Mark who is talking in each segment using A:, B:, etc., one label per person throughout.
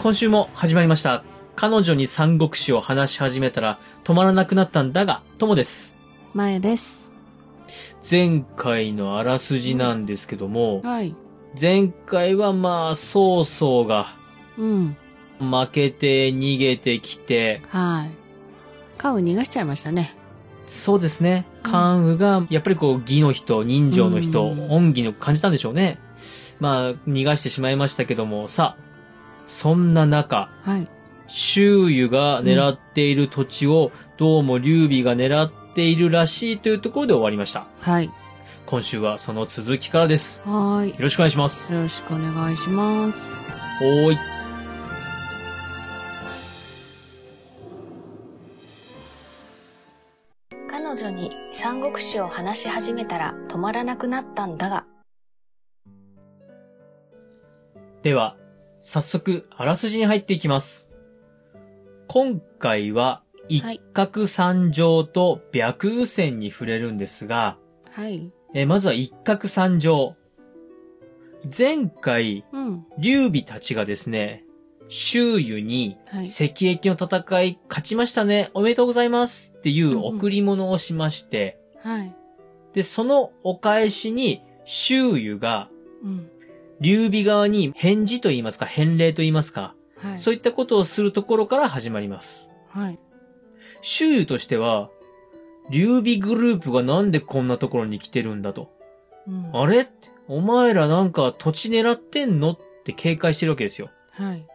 A: 今週も始まりました。彼女に三国志を話し始めたら止まらなくなったんだが、ともです。
B: 前です。
A: 前回のあらすじなんですけども、
B: はい。
A: 前回はまあ、曹操が
B: うん。
A: 負けて逃げてきて、
B: はい。顔逃がしちゃいましたね。
A: そうですね。
B: うん
A: 関羽が、やっぱりこう、義の人、人情の人、
B: うん
A: 恩義の感じたんでしょうね。まあ、逃がしてしまいましたけども、さあ、そんな中、
B: はい。
A: 周囲が狙っている土地を、どうも劉備が狙っているらしいというところで終わりました。
B: はい。
A: 今週はその続きからです。
B: はー
A: よろしくお願いします。
B: い。よろしくお願いします。
A: おーい。
C: 彼女に三国志を話し始めたら止まらなくなったんだが、
A: では、早速、あらすじに入っていきます。今回は、一
B: はい
A: 角三条と白雨線に触れるんですが、
B: はい。
A: えーまずは一角三条。前回、
B: うん。
A: 劉備たちがですね、周囲に、
B: はい。
A: 赤壁の戦い勝ちましたね、おめでとうございますっていう贈り物をしまして、
B: はい。
A: で、そのお返しに、周囲が、
B: うん。
A: 劉備側に返事と言いますか、返礼と言いますか、
B: はい。
A: そういったことをするところから始まります。
B: はい。
A: 周囲としては、劉備グループがなんでこんなところに来てるんだと。
B: うん。
A: あれってお前らなんか土地狙ってんのって警戒してるわけですよ。
B: はい。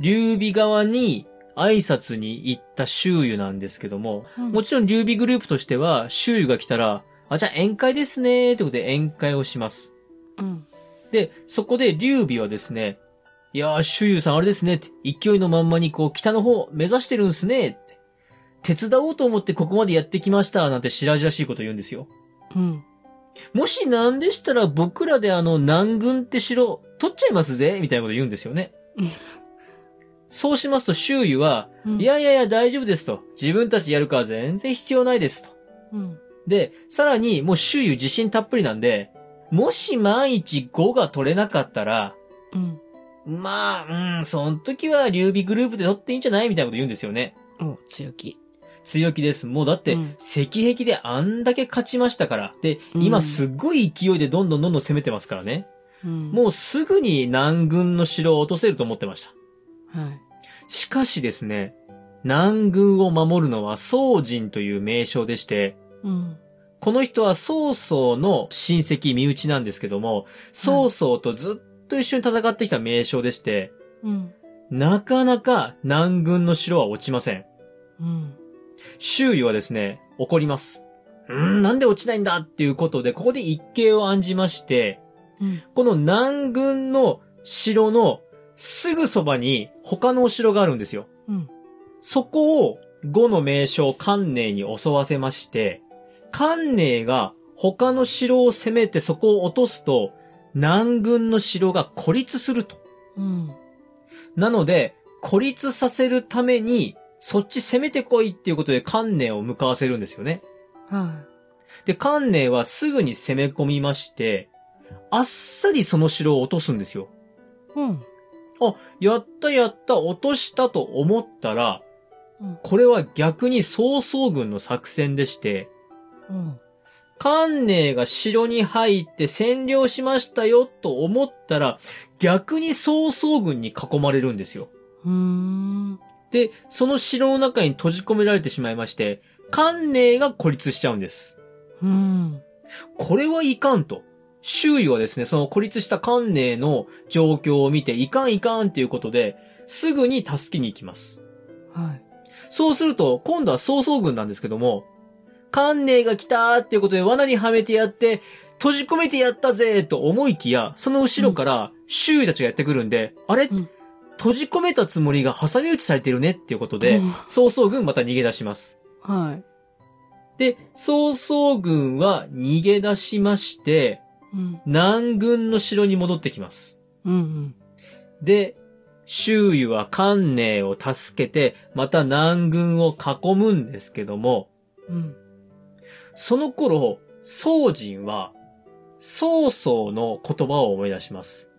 A: 劉備側に挨拶に行った周囲なんですけども、
B: うん
A: もちろん劉備グループとしては、周囲が来たら、あ、じゃあ宴会ですねーってことで宴会をします。
B: うん。
A: で、そこで劉備はですね、いやー、周囲さんあれですねって、勢いのまんまにこう、北の方目指してるんすねって、手伝おうと思ってここまでやってきましたなんて白々しいこと言うんですよ。
B: うん。
A: もしなんでしたら僕らであの、南軍って城、取っちゃいますぜみたいなこと言うんですよね
B: うん。
A: そうしますと周囲は、
B: うん
A: い、やいやいや大丈夫ですと。自分たちやるから全然必要ないですと。
B: うん。
A: で、さらにもう周囲自信たっぷりなんで、もし万一5が取れなかったら、
B: うん。
A: まあ、うん、その時は劉備グループで取っていいんじゃないみたいなこと言うんですよね。
B: お、強気。
A: 強気です。もうだって、
B: うん
A: 石壁であんだけ勝ちましたから。で、
B: う
A: 今
B: ん
A: すっごい勢いでどんどんどんどん攻めてますからね。
B: うん。
A: もうすぐに南軍の城を落とせると思ってました。
B: はい。
A: しかしですね、南軍を守るのは宋人という名称でして、
B: うん。
A: この人は曹操の親戚身内なんですけども、曹操とずっと一緒に戦ってきた名将でして、
B: うん。
A: なかなか南軍の城は落ちません。
B: うん。
A: 周囲はですね、怒ります。うーん、なんで落ちないんだっていうことで、ここで一計を案じまして、
B: うん。
A: この南軍の城のすぐそばに他のお城があるんですよ。
B: うん。
A: そこを呉の名将関寧に襲わせまして、関寧が他の城を攻めてそこを落とすと、南軍の城が孤立すると。
B: うん。
A: なので、孤立させるために、そっち攻めてこいっていうことで関寧を向かわせるんですよね。
B: は
A: で、関寧はすぐに攻め込みまして、あっさりその城を落とすんですよ。
B: い。うん。
A: やったやった、落としたと思ったら、
B: うん
A: これは逆に曹操軍の作戦でして、
B: うん。
A: 関寧が城に入って占領しましたよと思ったら、逆に曹操軍に囲まれるんですよ。
B: うーん。
A: で、その城の中に閉じ込められてしまいまして、関寧が孤立しちゃうんです。
B: うん。
A: これはいかんと。周囲はですね、その孤立した関寧の状況を見て、いかんいかんっていうことで、すぐに助けに行きます。
B: はい。
A: そうすると、今度は曹操軍なんですけども、関寧が来たーっていうことで罠にはめてやって、閉じ込めてやったぜーと思いきや、その後ろから周囲たちがやってくるんで、あれ、
B: うん
A: 閉じ込めたつもりが挟み撃ちされてるねっていうことで、
B: うん
A: 曹操軍また逃げ出します。
B: はい。
A: で、曹操軍は逃げ出しまして、
B: うん。
A: 南軍の城に戻ってきます。
B: うん。
A: で、周囲は関寧を助けて、また南軍を囲むんですけども、
B: うん。うん。
A: その頃、宋人は、曹操の言葉を思い出します。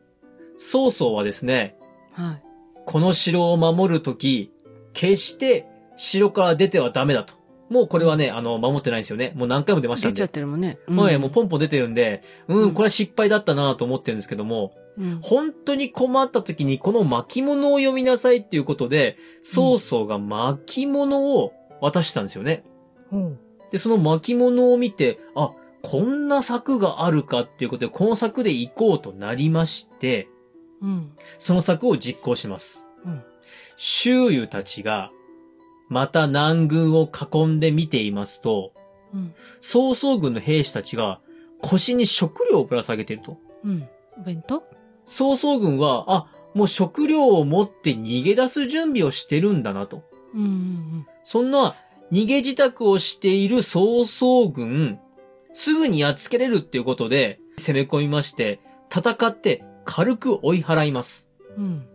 A: 曹操はですね、
B: はい。
A: この城を守るとき、決して城から出てはダメだと。もうこれはね、あの、守ってないんですよね。もう何回も出ました
B: 出
A: ん
B: ちゃっ
A: で。
B: てるもんね。
A: はい、もうポ
B: ン。
A: ンポン出てるんで、う
B: うん
A: ん、これは失敗だったなと思ってるんですけども、
B: うん
A: 本当に困った時にこの巻物を読みなさいっていうことで、曹操が巻物を渡したんですよね。
B: ほう
A: で、その巻物を見て、あ、こんな柵があるかっていうことで、この柵で行こうとなりまして、
B: うん。
A: その策を実行します。
B: うん
A: 周遊たちが、また南軍を囲んで見ていますと、
B: うん。
A: 曹操軍の兵士たちが腰に食料をぶら下げていると。
B: うん。お弁当
A: 曹操軍は、あ、もう食料を持って逃げ出す準備をしてるんだなと。
B: うんうん
A: そんな逃げ自宅をしている曹操軍、すぐにやっつけれるっていうことで攻め込みまして、戦って軽く追い払います。
B: うん。うん。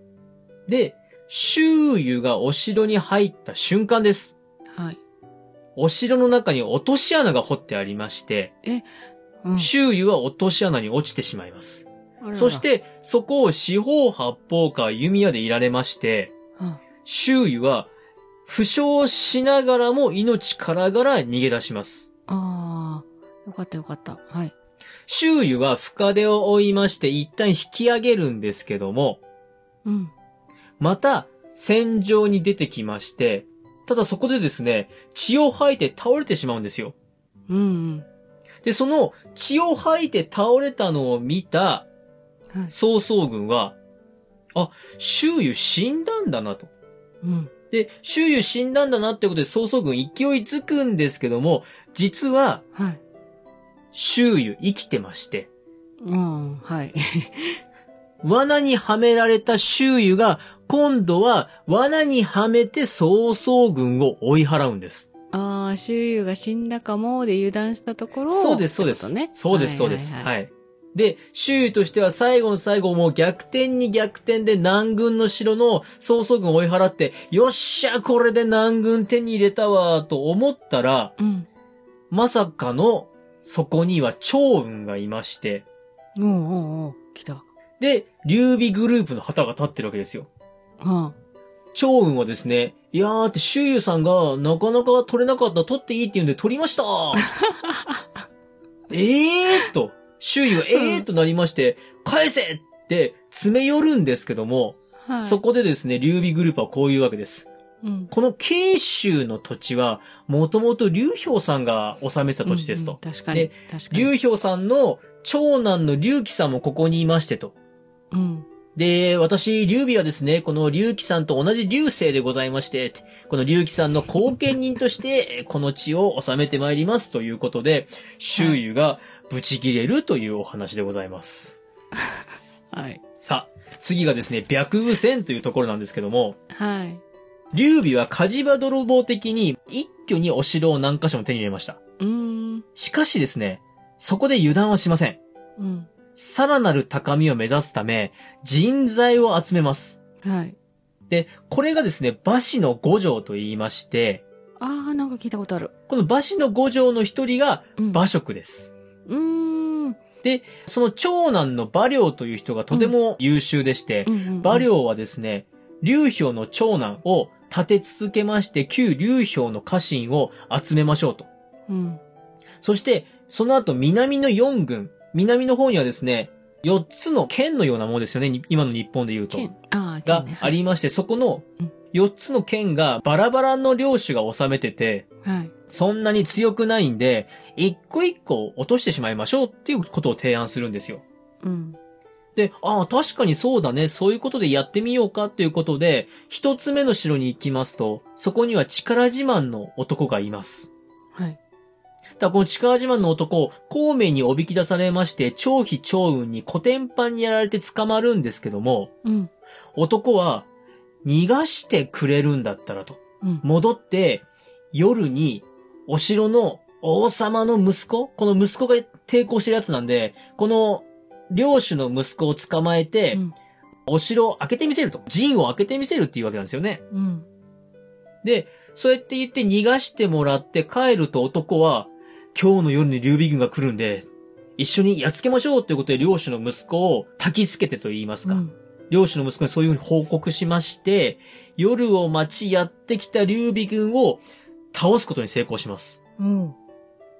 A: で、周遊がお城に入った瞬間です。
B: はい。
A: お城の中に落とし穴が掘ってありまして、
B: うん
A: 周遊は落とし穴に落ちてしまいます。
B: あらら
A: そし、て、そこを四方八方か弓矢でいられまして、
B: は
A: 周囲は、負傷しながらも命からがら逃げ出します。
B: ああ、よかったよかった。はい。
A: 周囲は深手を負いまして一旦引き上げるんですけども、
B: うん。
A: また戦場に出てきまして、ただそこでですね、血を吐いて倒れてしまうんですよ。
B: うんうん。
A: で、その血を吐いて倒れたのを見た
B: はい。
A: 曹操軍は、あ、周囲死んだんだなと。
B: うん。
A: で、周囲死んだんだなってことで曹操軍勢いづくんですけども、実は
B: はい。
A: 周囲生きてまして、
B: うん。はい。
A: 罠にはめられた周囲が、今度は罠にはめて曹操軍を追い払うんです。
B: ああ、周遊が死んだかもで油断したところ。
A: そうです、そうです。
B: ってことね、
A: そうです、そうです。
B: はいはいはい。
A: はい。で、周囲としては最後の最後もう逆転に逆転で南軍の城の曹操軍を追い払って、よっしゃ、これで南軍手に入れたわ、と思ったら、
B: うん。
A: まさかの、そこには趙雲がいまして、
B: おうおうおう来た。
A: で、劉備グループの旗が立ってるわけですよ。
B: うん。
A: 趙雲はですね、いやーって周遊さんがなかなか取れなかった、取っていいって言うんで取り ましたええーと、周囲がええーとなりまして、返せって詰め寄るんですけども、
B: はい。
A: そこでですね、劉備グループはこういうわけです。
B: うん。
A: この慶州の土地は、もともと劉氷さんが治めてた土地です
B: うん
A: と。
B: うん確か
A: で
B: に。確かに。
A: 劉氷さんの長男の劉貴さんもここにいましてと。
B: うん。
A: で、私、劉備はですね、この劉貴さんと同じ劉生でございまして、この劉貴さんの後見人として、えーこの地を治めてまいりますということで、周囲がブチ切れるというお話でございます。
B: はい。
A: さあ、次がですね、白武戦というところなんですけども、
B: はい。
A: 劉備は火事場泥棒的に一挙にお城を何箇所も手に入れました。
B: うーん。
A: しかしですね、そこで油断はしません。
B: うん。
A: さらなる高みを目指すため、人材を集めます。
B: はい。
A: で、これがですね、馬氏の五条と言いまして、
B: ああ、なんか聞いたことある。
A: この馬氏の五条の一人が
B: うん。
A: 馬食です。
B: うーん。
A: その長男の馬良という人がとても優秀でして、馬
B: バリオ
A: 良はですね、劉氷の長男を立て続けまして、旧劉氷の家臣を集めましょうと。
B: うん。
A: そして、その後南の四軍、南の方にはですね、四つの県のようなものですよね、に今の日本で言うと。
B: 剣。ああ、
A: が
B: 剣ね
A: あ。りまして、そこの
B: うん
A: 四つの県がバラバラの領主が治めてて、
B: はいはい。
A: そんなに強くないんで、一個一個落としてしまいましょうっていうことを提案するんですよ。
B: うん。
A: で、ああ、確かにそうだね。そういうことでやってみようかっていうことで、一つ目の城に行きますと、そこには力自慢の男がいます。
B: はい。
A: ただこの力自慢の男、孔明におびき出されまして、張飛張雲に古典版にやられて捕まるんですけども、
B: うん。
A: 男は、逃がしてくれるんだったらと。
B: うん。
A: 戻って、夜に、お城の王様の息子この息子が抵抗してるやつなんで、この、領主の息子を捕まえて、
B: うん
A: お城を開けてみせると。陣を開けてみせるっていうわけなんですよね。
B: うん。
A: で、そうやって言って逃がしてもらって帰ると男は、今日の夜に劉備軍が来るんで、一緒にやっつけましょうということで領主の息子を焚きつけてと言いますか。
B: うん
A: 領主の息子にそういうふうに報告しまして、夜を待ちやってきた劉備軍を倒すことに成功します。
B: うん。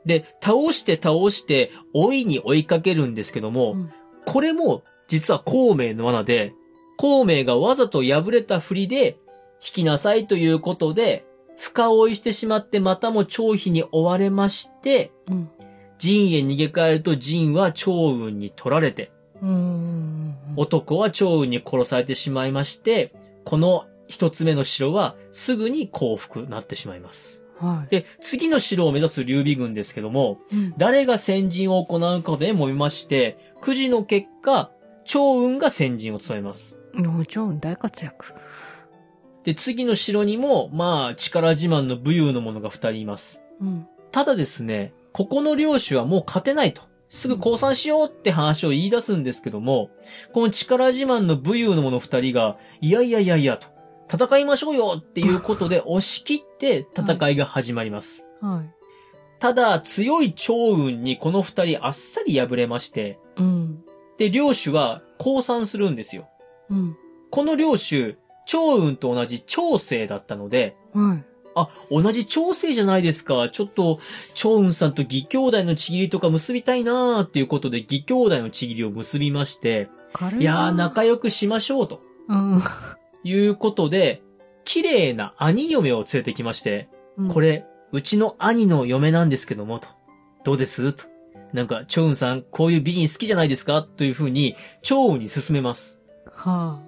A: で、倒して倒して、追いに追いかけるんですけども、
B: うん
A: これも実は孔明の罠で、孔明がわざと破れたふりで、引きなさいということで、深追いしてしまってまたも張飛に追われまして、
B: うん。
A: 陣へ逃げ帰ると陣は趙雲に取られて、
B: うん。
A: 男は趙雲に殺されてしまいまして、この一つ目の城はすぐに降伏になってしまいます。
B: はい。
A: で、次の城を目指す劉備軍ですけども、
B: うん
A: 誰が先陣を行うかで揉みまして、くじの結果、趙雲が先陣を務めます。
B: もう、ジョン大活躍。
A: で、次の城にも、まあ、力自慢の武勇の者が二人います。
B: うん。
A: ただですね、ここの領主はもう勝てないと。すぐ降参しようって話を言い出すんですけども、この力自慢の武勇の者二人が、いやいやいやいやと、戦いましょうよっていうことで押し切って戦いが始まります。
B: はい。
A: ただ、強い趙雲にこの二人あっさり敗れまして、
B: うん。
A: で、領主は降参するんですよ。
B: うん。
A: この領主、趙雲と同じ趙生だったので、
B: はい。
A: あ、同じ調整じゃないですか。ちょっと、趙雲さんと義兄弟のちぎりとか結びたいなーっていうことで、義兄弟のちぎりを結びまして、
B: 軽い。
A: いやー、仲良くしましょうと
B: うん。
A: いうことで、綺麗な兄嫁を連れてきまして、
B: うん
A: こ。れ、うちの兄の嫁なんですけども、と。どうですと。なんか、趙雲さん、こういう美人好きじゃないですかというふうに、趙雲に勧めます。
B: は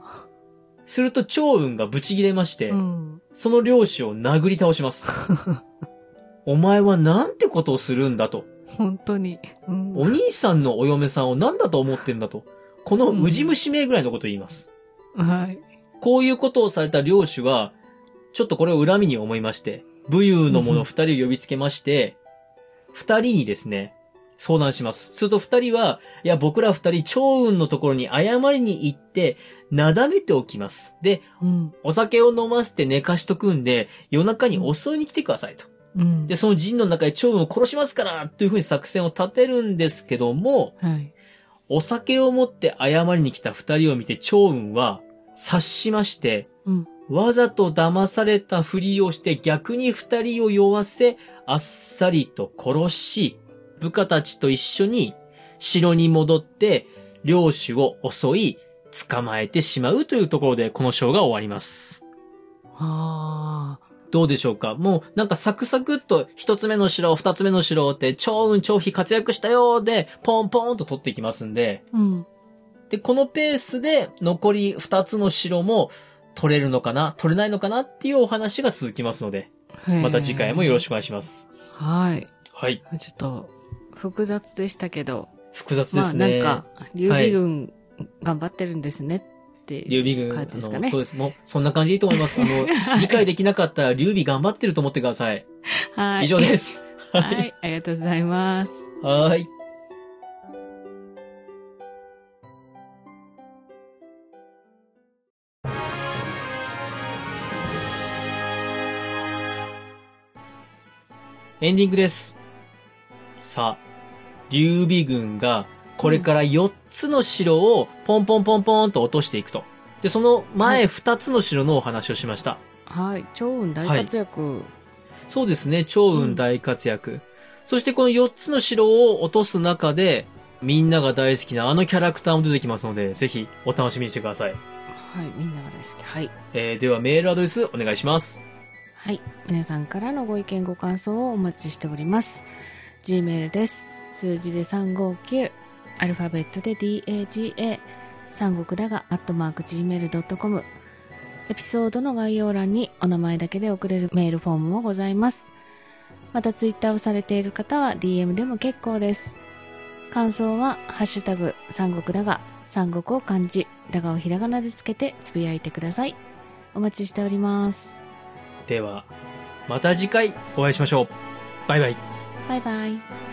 A: すると、趙雲がブチ切れまして、
B: あ。うん。
A: その領主を殴り倒します。お前はなんてことをするんだと。
B: 本当に。うん。
A: お兄さんのお嫁さんを何だと思ってんだと。この
B: うん
A: ウジ虫名ぐらいのことを言います。
B: はい。
A: こういうことをされた領主は、ちょっとこれを恨みに思いまして、武勇の者二人を呼びつけまして、二人にですね、相談します。すると二人は、いや、僕ら二人、趙雲のところに謝りに行って、なだめておきます。で、
B: うん。
A: お酒を飲ませて寝かしとくんで、夜中に襲いに来てくださいと。
B: うん。
A: で、その陣の中で趙雲を殺しますからというふうに作戦を立てるんですけども、
B: はい。
A: お酒を持って謝りに来た二人を見て趙雲は察しまして、
B: うん。
A: わざと騙されたふりをして逆に二人を酔わせ、あっさりと殺し、部下たちと一緒に城に戻って、領主を襲い、捕まえてしまうというところでこの章が終わります。
B: ああ。
A: どうでしょうかもうなんかサクサクっと一つ目の城、二つ目の城って超運超飛活躍したようで、ポンポンと取っていきますんで、
B: うん。
A: で、このペースで残り二つの城も取れるのかな取れないのかなっていうお話が続きますので、また次回もよろし
B: く。
A: くお願いします。
B: はい。
A: はい。
B: ちょっと、複雑でしたけど、
A: 複雑で
B: まあ
A: す
B: な
A: ね。
B: んか、劉備軍頑張ってるんですねっていう。
A: 劉備軍、
B: 感じですか
A: あ
B: ね
A: のそうです。もう、そんな感じでいいと思います。あの、理解できなかったら劉備頑張ってると思ってください。
B: はい。
A: 以上です。
B: はい、ありがとうございます。
A: はーい。エンディングです。さあ、劉備軍がこれから4つの城をポンポンポンポンと落としていくと。で、その前2つの城のお話をしました。
B: はい、超雲大活躍。
A: そうですね、趙雲大活躍。そしてこの4つの城を落とす中で、みんなが大好きなあのキャラクターも出てきますので、ぜひお楽しみにしてください。
B: はい、みんなが大好き。はい。
A: えー、ではメールアドレスお願いします。
B: はい、皆さんからのご意見ご感想をお待ちしております。Gmail です。数字で359、アルファベットで DAGA、三国だが、アットマーク Gmail.com。エピソードの概要欄にお名前だけで送れるメールフォームもございます。また、ツイッターをされている方は DM でも結構です。感想は、ハッシュタグ、三国だが、三国を漢字、だがをひらがなでつけてつぶやいてください。お待ちしております。
A: では、また次回お会いしましょう。バイバイ。
B: 拜拜。